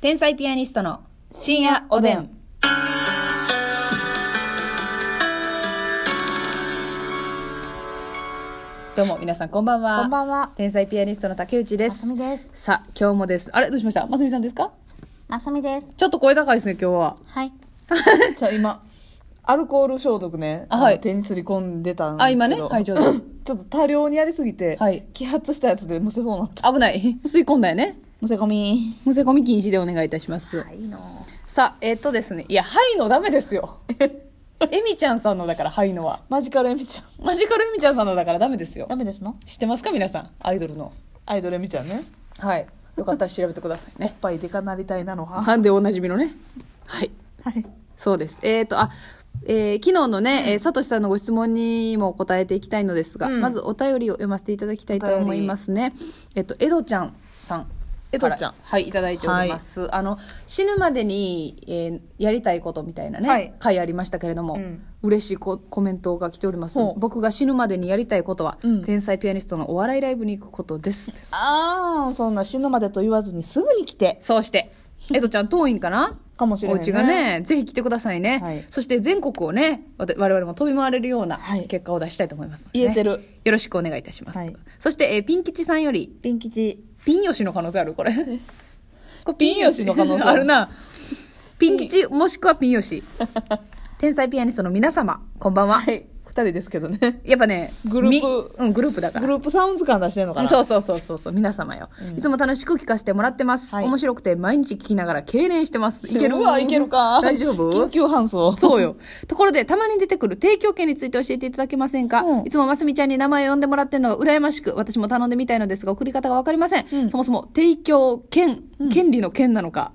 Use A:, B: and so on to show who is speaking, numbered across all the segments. A: 天才ピアニストの
B: 深夜おでん。
A: どうも皆さんこんばんは
B: こんばんは
A: 天才ピアニストの竹内で
B: ますすみです。
A: さあ今日もですあれどうしましたますみさんですか
B: まさみです。
A: ちょっと声高いですね今日は
B: はい。 じゃあ今、アルコール消毒ね、
A: あはい
B: あの手にすり込んでたんですけど。
A: あ今ねはい上手
B: ちょっと多量にやりすぎて、
A: はい
B: 揮発したやつでむせそうになった。
A: 危ない吸い込んだよね
B: むせ込み。
A: むせ込み禁止でお願いいたします、
B: いいの。
A: さあえっとですねいやはいのダメですよえみちゃんさんのだからはいのは
B: マジカルエミちゃん。
A: マジカルえみちゃんさんのだからダメですよ
B: ダメですの
A: 知ってますか皆さんアイドルの
B: アイドルエミちゃんね。
A: はいよかったら調べてくださいね
B: おっぱいでかなりたいなのは。は
A: ハンデおなじみのねはい
B: い。
A: そうです。えっ、と、あ、えー昨日のね、えー、さとしさんのご質問にも答えていきたいのですが、
B: うん
A: まずお便りを読ませていただきたいと思いますね。えっと、江戸ちゃんさん。
B: 江戸ちゃん
A: はい、いただいております。あの、死ぬまでに、えーやりたいことみたいなね、
B: はい
A: 回ありましたけれども、
B: うん
A: 嬉しいココメントが来ております
B: ほ。う
A: 僕が死ぬまでにやりたいことは、
B: うん
A: 天才ピアニストのお笑いライブに行くことです。
B: あー、そんな死ぬまでと言わずにすぐに来て。
A: そう して、江戸ちゃん遠いんかな
B: かもしれない
A: お
B: ね
A: 家がね、ぜひ来てくださいね。
B: はい
A: そして全国をね、わた我々も飛び回れるような
B: はい
A: 結果を出したいと思いますのでね、
B: 言えてる。
A: よろしくお願いいたします。
B: はい
A: そして、えーピン吉さんより、
B: ピン吉。
A: ピン吉の可能性あるこれ。これ
B: ピン吉の可能性
A: ある な。ピン吉、もしくはピン吉。天才ピアニストの皆様、こんばんは。
B: はい。二人ですけど ね。
A: やっぱね、
B: グループ
A: みうん、グループだから
B: グ。ループサウンズ感出してんのかな
A: そうそうそうそうそう皆様よ、いつも楽しく聞かせてもらってます、
B: はい
A: 面白くて毎日聞きながら痙攣してますいける
B: うわ、いける か。
A: 大丈夫
B: 緊急搬送。
A: そうよところでたまに出てくる提供券について教えていただけませんか、
B: うん
A: いつもますみちゃんに名前を呼んでもらってるのが羨ましく私も頼んでみたいのですが送り方が分かりません、そもそも提供券権利の券なの か、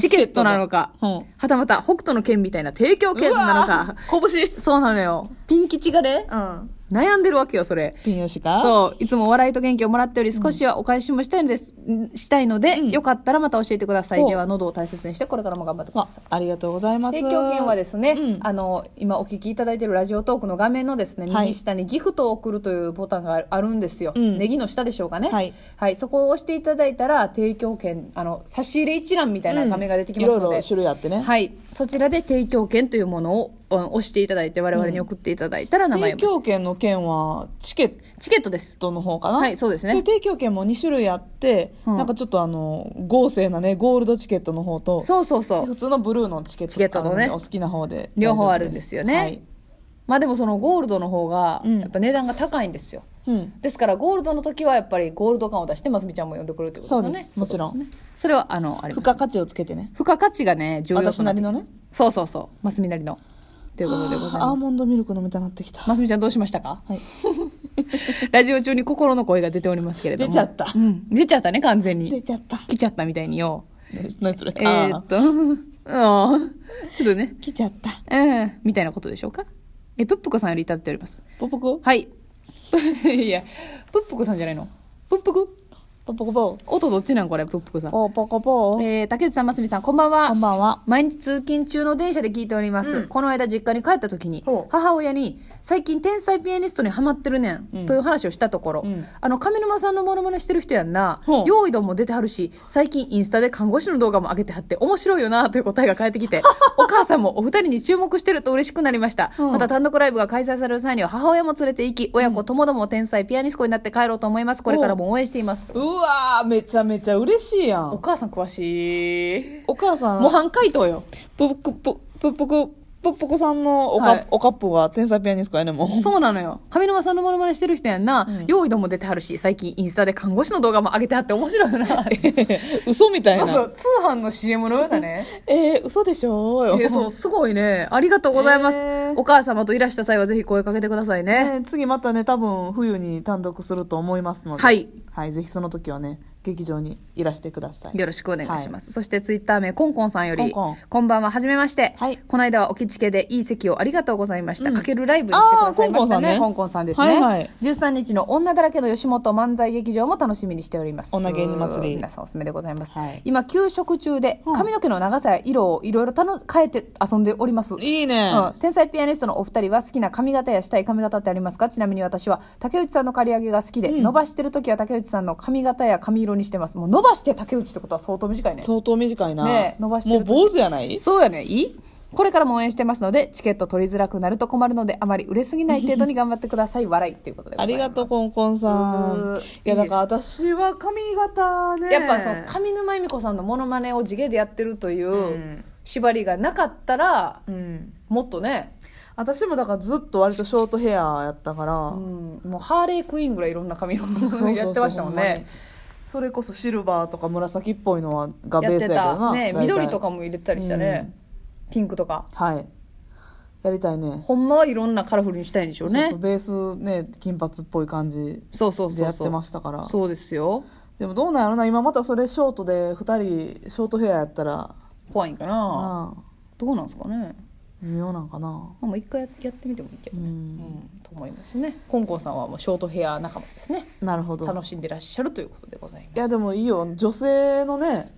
A: チケットなのか、
B: チケットのうん
A: はたまた北斗の券みたいな提供券なのか
B: うわ拳。
A: そうなのよピン吉がね
B: うん。
A: 悩んでるわけよそれ
B: ピンヨシか
A: そう。いつも笑いと元気をもらっており、少しはお返しもしたいのです、んしたいので、よかったらまた教えてください。
B: お
A: では、喉を大切にして、これからも頑張ってくだ
B: わ
A: さい。
B: ありがとうございます。
A: 提供券はですね、
B: うん
A: あの、今お聞きいただいているラジオトークの画面のですね、
B: はい
A: 右下にギフトを送るというボタンがあるあるんですよ。
B: うん
A: ネギの下でしょうかね。
B: はい。
A: そこを押していただいたら、提供券、あの、差し入れ一覧みたいな画面が出てき
B: い
A: ますの
B: ろ
A: で。
B: いろ種類あってね。
A: はい。そちらで提供券というものをうん押していただいて、我々に送っていただいたら名前
B: 提
A: を、
B: 供券の券はチケッ
A: チケットです。
B: トの方かな
A: はいそうですね
B: 提供券も2種類あって、
A: うん
B: なんかちょっとあの、豪勢なね、ゴールドチケットの方と、
A: そうそうそう
B: 普。通のブルーのチケット
A: チケットとね
B: あのお好きな方で。
A: 両方あるんですよね
B: はい
A: まあでもそのゴールドの方が
B: うん
A: やっぱ値段が高いんですよ、
B: うん。
A: ですからゴールドの時はやっぱりゴールド感を出してますみちゃんも呼んでくれるってことですよね
B: そうですもちろん
A: そうでそれはあのあれ
B: 付加価値をつけてね。
A: 付加価値がね重要
B: 私
A: とな
B: な
A: って
B: りのね。
A: そうそうそうますみなりのということでござい
B: ア
A: ま
B: ー
A: す
B: モンドミルク飲みたなってきた。
A: ますみちゃんどうしましたか
B: はい。
A: ラジオ中に心の声が出ておりますけれども
B: 出ちゃった
A: うん、出ちゃったね完全
B: 出
A: に
B: ちゃった。
A: 来ちゃったみたいによ
B: ね何それ
A: えー、っと うんちょっとね
B: 来ちゃった。
A: うんみたいなことでしょうかえぷっぷこさんよりいただいております
B: ポポコ
A: はい。 いや、プップクさんじゃないの。プップク
B: ポポコポー。
A: 音どっちなんこれ、プップクさん。
B: ポポコポー。
A: えー、竹内さん、ますみさん、こんばんは。
B: こんばんは。
A: 毎日通勤中の電車で聞いております。この間実家に帰った時に
B: ほう、
A: 母親に、最近天才ピアニストにハマってるねん、という話をしたところ、あの、上沼さんのモノマネしてる人やんな
B: ほ、う
A: 用意どんも出てはるし、最近インスタで看護師の動画も上げてはって、面白いよな、という答えが返ってき て、お母さんもお二人に注目してると嬉しくなりました。
B: うん
A: また単独ライブが開催される際には母親も連れて行き、親子ともども天才ピアニストになって帰ろうと思います。これからも応援しています。
B: うわー、めちゃめちゃ嬉しいや
A: お
B: ん。
A: 母さん詳しい。
B: お母さん、
A: 模範解答よ。
B: ぷぷく、ぷ、ぷぷく、ぷぷくさんのおか、
A: はい
B: おかっぽが天才ピアニストやねもう。
A: そうなのよ。上沼さんのモノマネしてる人やんな。用意どんも出てはるし、最近インスタで看護師の動画も上げてはって面白いよな。そ
B: 嘘みたいな。
A: うそう、通販の CM のようだね。
B: えー、嘘でしょ
A: え
B: ーよ。
A: ーそう、すごいね。ありがとうございます。
B: えー
A: お母様といらした際はぜひ声かけてくださいね。
B: ね次またね、多分冬に単独すると思いますので。
A: はい。
B: はい、ぜひその時はね、劇場にいらしてください。
A: よろしくお願いします。そしてツイッター名、コンコンさんより、
B: コンコン
A: こんばんは、はじめまして。
B: はい
A: この間はおきちけでいい席をありがとうございました。かけるライブに来てくださいましたね。
B: あー
A: コ
B: コ
A: ン
B: ン
A: コ
B: コ
A: ン
B: ン
A: さ
B: さ
A: ん
B: ん
A: で
B: ね
A: すね。
B: はいはい
A: 13日の女だらけの吉本漫才劇場も楽しみにしております。
B: 女芸人祭り
A: 皆さんおすすめでございます。
B: はい
A: 今、休職中で、髪の毛の長さや色をいろいろたの変えて遊んでおります。
B: いいね。
A: うん、天才ピアニストのお二人は好きな髪型やしたい髪型ってありますかちなみに私は竹内さんの刈り上げが好きで、伸ばしてる時は竹内さんの髪型や髪色にしてます。もう伸ばして竹内ってことは相当短いね。
B: 相当短いな。
A: ねえ伸ばして
B: も
A: る
B: う
A: 時
B: 坊主やない
A: そうやね。いいこれからも応援してますので、チケット取りづらくなると困るので、あまり売れすぎない程度に頑張ってください。笑いっていうことでござい
B: あ
A: ます。
B: りがとう、コンコンさ
A: うん
B: ん。いや、だから私は髪型ね。
A: やっぱその上沼恵美子さんのモノマネを地毛でやってるといううん縛りがなかったら、
B: うん。
A: もっとね、
B: 私もだからずっと割とショートヘアやったから。
A: うん、 もうハーレークイーンぐらいいろんな髪のやってましたもん
B: ほんまに
A: ね。
B: それこそシルバーとか紫っぽいのはが
A: や
B: ベ
A: っ
B: ース
A: て
B: やけど
A: た。
B: な。
A: ね
B: 大体
A: 緑とかも入れてたりしたね。ピンクとか。
B: はい。やりたいね。
A: ほんまはいろんなカラフルにしたいんでしょう
B: そう
A: ね
B: そう。ベースね、金髪っぽい感じ
A: そうそう
B: で
A: そ
B: や
A: う
B: ってま
A: そ
B: したから。
A: う。そうですよ。
B: でもどうなんやろな、今またそれショートで2人、ショートヘアやったら、
A: 怖いんかな。
B: ああ
A: どうなんですかね。
B: 微妙なんかな。
A: まあ、もう一回ややってみてもいいけどね、うんと思いますねコンコンさんはもうショートヘア仲間ですね
B: なるほど。
A: 楽しんでらっしゃるということでございます
B: いやでもいいよ女性のね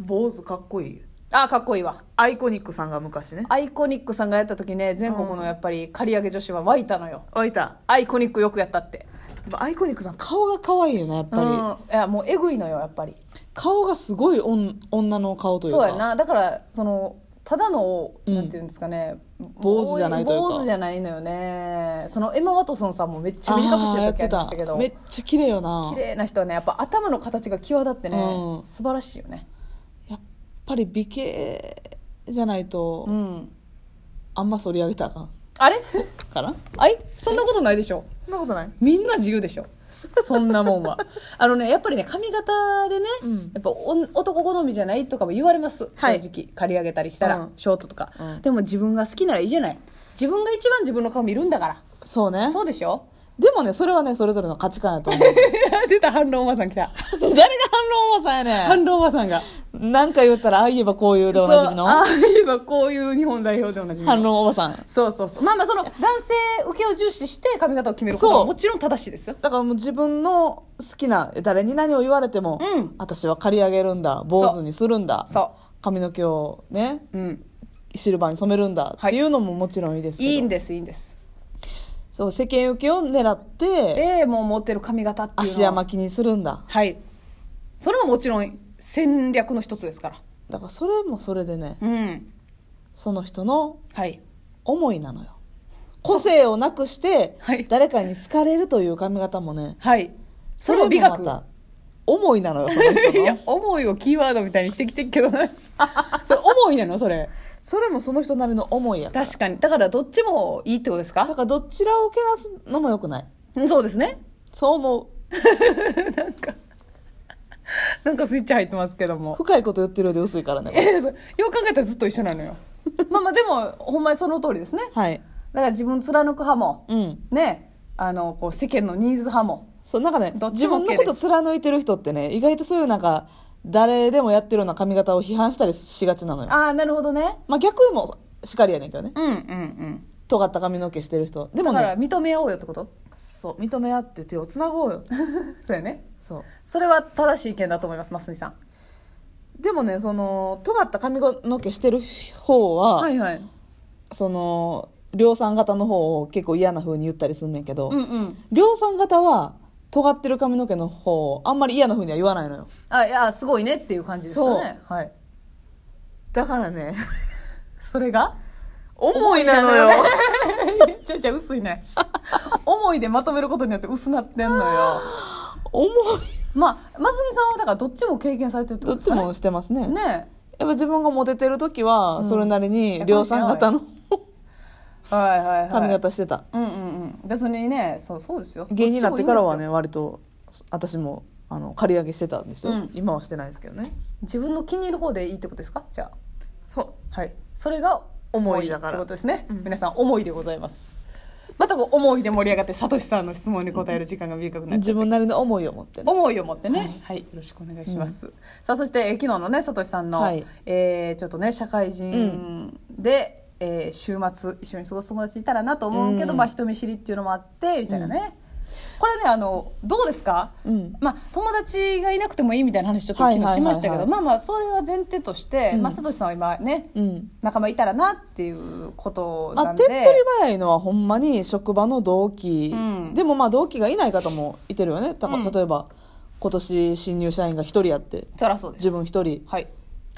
B: 坊主かっこいい
A: あかっこいいわ
B: アイコニックさんが昔ね
A: アイコニックさんがやった時ね全国のやっぱり刈り上げ女子は湧いたのよ
B: あいた
A: アイコニックよくやったって
B: でもアイコニックさん顔が可愛いよねやっ
A: う
B: ぱ
A: ん
B: り、
A: いやもうえぐいのよやっぱり
B: 顔がすごいおん女の顔という
A: そ
B: か
A: うやなだからそのただの、なんていうんですかね
B: 坊主じゃないというか
A: 坊主じゃないのよねそのエマ・ワトソンさんもめっちゃ短くしてる時ありましたけ
B: あ
A: ど
B: ーやってためっちゃ綺麗よな
A: 綺麗な人はねやっぱ頭の形が際立ってね、
B: うん
A: 素晴らしいよね
B: やっぱり美形じゃないと、
A: うん
B: あんま反り上げたらあかん
A: あれ
B: かな
A: あいそんなことないでしょ
B: そんなことない
A: みんな自由でしょそんなも んはあのねやっぱりね髪型でね、やっぱお男好みじゃないとかも言われます、
B: はい
A: 正直刈り上げたりしたら、
B: うん
A: ショートとか、
B: うん
A: でも自分が好きならいいじゃない自分が一番自分の顔見るんだか
B: そうね
A: らそうでしょ
B: でもねそれはねそれぞれの価値観やと思う
A: 出た反論おばさん来た
B: 誰が反論おばさんやね
A: 反論おばさんが
B: んなんか言ったらああ言えばこういうでおなじみ
A: そうあ
B: の
A: あ言えばこういう日本代表でおなじみの
B: 反論おばさん
A: そうそうそうまあまあその男性受けを重視して髪型を決めること
B: そ
A: は
B: う
A: もちろん正しいですよ
B: だからもう自分の好きな誰に何を言われても、
A: うん
B: 私は刈り上げるんだ坊主にするんだ
A: そう
B: 髪の毛をね
A: うん
B: シルバーに染めるんだ
A: はい
B: っていうのももちろんいいですけど、
A: いいんですいいんです
B: そう世間受けを狙って
A: でもう持ってる髪型っていうのは
B: 足屋巻きにするんだ
A: はいそれももちろん戦略の一つですから
B: だからそれもそれでね
A: うん
B: その人の
A: はい
B: 思いなのよ個性をなくして
A: はい
B: 誰かに好かれるという髪型もね
A: はいそ
B: そ
A: れも
B: れも
A: 美
B: ま
A: 学
B: た思いなのよその人
A: いや
B: の
A: 思いをキーワードみたいにしてきてるけど ねそれ思いなのそれ
B: それもその人なりの思いやから
A: 確かにだからどっちもいいってことです
B: だ
A: か
B: からどちらをけなすのもよくない
A: うん そうですね
B: そう思う
A: なんかスイッチ入ってますけども
B: 深いこと言ってるようで薄いからね。
A: えそうよく考えたらずっと一緒なの よまあまあでもほんまにその通りですね
B: はい。
A: だから自分貫く派も、
B: うん。
A: ねあのこう世間のニーズ派も
B: そう、なんかね
A: ど、っち
B: 自
A: も
B: 分
A: OK
B: のこ
A: で
B: と
A: す
B: 貫いてる人ってね、意外とそういうなんか、誰でもやってるような髪型を批判したりしがちなのよ。
A: ああなるほどね
B: まあ逆もしかりやねんけどね。
A: うんうんうん
B: 尖った髪の毛してる人。でも
A: だから
B: ね、
A: 認め合おうよってこと
B: そう、認め合って手をつなごうよ。
A: そうやね
B: そう。
A: それは正しい意見だと思いますますみさん
B: でもね、その、尖った髪の毛してる方は、
A: いはい
B: その、量産型の方を結構嫌な風に言ったりすんねんけど、
A: うんうん
B: 量産型は、尖ってる髪の毛の方をあんまり嫌な風には言わないのよ。
A: あいやすごいねっていう感じですよねはい
B: だから ね、
A: それが
B: 重いなのよ。
A: ちゃちゃ薄いね思いでまとめることによって薄なってんのよ
B: 重い。
A: まあますみさんはだからどっちも経験されてるってこ
B: ど
A: と
B: っ
A: で
B: ち
A: すかね
B: もしてますね。やっ
A: ね
B: ぱ自分がモテてる時は、それなりに量産型の
A: はいはいはい
B: 髪型してた。
A: うんうんうん別にねそうそうですよ
B: 芸人になってから
A: ど
B: は
A: っちもいいんですよ
B: ね、割と、私も、あの、刈り上げしてたんですよ。
A: うん
B: 今はしてないですけどね。
A: 自分の気に入る方でいいってことですかじゃあ
B: そ
A: はいそれが
B: 思いだから
A: ってことですね、皆さん思いでございますまたこう思いで盛り上がってさとしさんの質問に答える時間が短く
B: う。
A: なっちゃ
B: 自分なりの思いを持って
A: う
B: ね。
A: 思いを持ってね、はい、よろしくお願いします。さあ、そして、えー昨日のね、さとしさんの、
B: はい
A: えーちょっとね、社会人で、えー週末、一緒に過ごす友達いたらなと思うけど、まあ、人見知りっていうのもあって、みたいなね。これね、あの、どうですか、
B: うん
A: まあ、友達がいなくてもいいみたいな話ちょっと昨日しましたけど、
B: はいはいはいはい
A: まあまあ、それは前提として、まあ、さとしさんは今ね、
B: うん。
A: 仲間いたらなっていうこと
B: ま
A: な
B: あ、
A: ん
B: 手
A: で、
B: っ取り早いのはほんまに職場の同期。
A: うん
B: でもまあ同期がいない方もいてるよね。た
A: うん
B: 例えば、今年新入社員が一人やって、
A: そらそうです
B: 自分一人
A: はい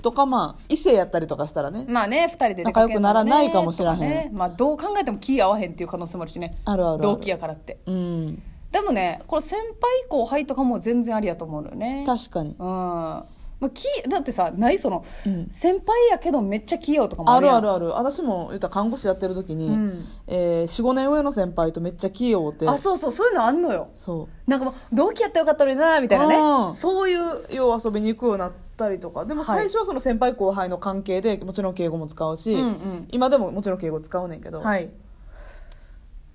B: とか、まあ、異性やったりとかしたらね、
A: まあね二人で出
B: 仲
A: か
B: 良
A: け
B: く
A: る
B: な
A: の
B: ら
A: ね
B: ないかもしれへん
A: とねまあどう考えても気合わへんっていう可能性もあるしね
B: あるあるある
A: 同期やからって
B: うん、
A: でもねこれ先輩後輩とかも全然ありやと思うのよね
B: 確かに
A: う。ん、まあ、気だってさないその、
B: うん
A: 先輩やけどめっちゃ器用とかもあ
B: あ
A: る
B: る
A: やん
B: あるある。私も言ったら看護師やってる時に、
A: ん
B: えー、4、5年上の先輩とめっちゃ器用って、
A: あそうそうそういうのあんのよ
B: そう。
A: なんかもう同期やったらよかったのになみたいな
B: あ
A: ね
B: ー
A: そういう
B: よう遊びに行くようになったりとかでも
A: はい
B: 最初はその先輩後輩の関係でもちろん敬語も使うし、
A: うんうん
B: 今でももちろん敬語使うねんけど、
A: はい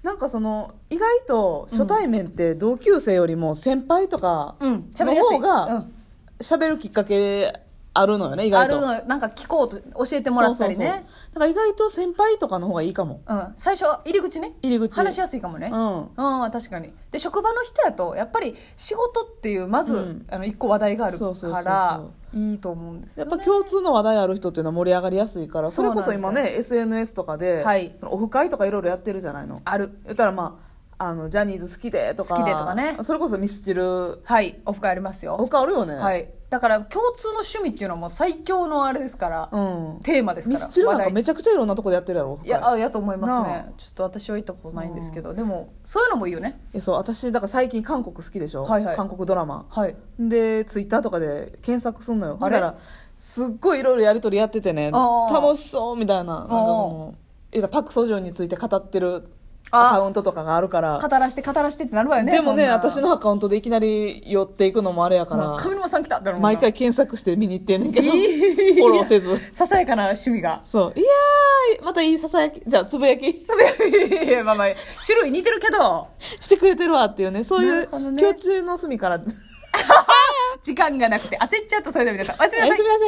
B: なんかその意外と初対面って同級生よりも先輩とか
A: うん喋
B: の
A: りやすい
B: 方が
A: うん
B: 喋るきっかけあるのよね意
A: ある
B: 外と。
A: のなんか聞こうと教えてもらったりね
B: そうそうそうだから意外と先輩とかの方がいいかも。
A: うん、最初入り口ね
B: 入り口
A: 話しやすいかもね
B: うん
A: うん確かにで職場の人やとやっぱり仕事っていうまず、
B: うん
A: あの一個話題がある
B: そうそうそう
A: か
B: そ
A: らいいと思うんです
B: や
A: よ、
B: っ
A: ね、
B: ぱ共通の話題ある人っていうのは盛り上がりやすいから
A: そ
B: そうれ
A: なんで
B: こ
A: す
B: そ
A: よ
B: 今ね SNS とかで、
A: はい
B: そのオフ会とかいろいろやってるじゃないの
A: ある
B: 言ったらまああのジャニーズ好きでとか
A: 好きでとかね
B: それこそミスチル
A: はいオフ会ありますよ
B: 他あるよね、
A: はいだから共通の趣味っていうのはもう最強のあれですから、
B: うん、
A: テーマですか
B: ミ
A: ら
B: スチルなん
A: 話
B: か
A: 題
B: めちゃくちゃいろんなとこでやってるやろ
A: いや
B: 他
A: あやと思います
B: な
A: ねちょっと私は行ったことないんですけど、でもそういうのもいいよね
B: えそう私だから最近韓国好きでしょ、
A: はいはい
B: 韓国ドラマ
A: はい
B: でツイッターとかで検索すんのよ
A: あ
B: だ
A: れ
B: からすっごいいろいろやり取りやっててね
A: あー
B: 楽しそうみたいななんかもう言ったらパク・ソジュンについて語ってる
A: あー
B: アカウントとかがあるから
A: 語らして語らしてってなるわよね
B: でもね、
A: そんな
B: 私のアカウントでいきなり寄っていくのもあれやか
A: まあ上
B: ら、
A: 沼さん来たってなるもん
B: 毎
A: な
B: 回検索して見に行ってんねんけど、フ
A: いや
B: ォローせず。
A: ささやかな趣味が
B: そう。いやー、またいいささやき、じゃあつぶやき
A: つぶやいやまあまあ種類似てるけど
B: してくれてるわっていうね、そう
A: ないる
B: う
A: ほどね
B: 共通の隅から、おやす
A: 時間がなくて焦っちゃったそれでは皆さんおやすみな
B: み
A: さ
B: な
A: い
B: さい。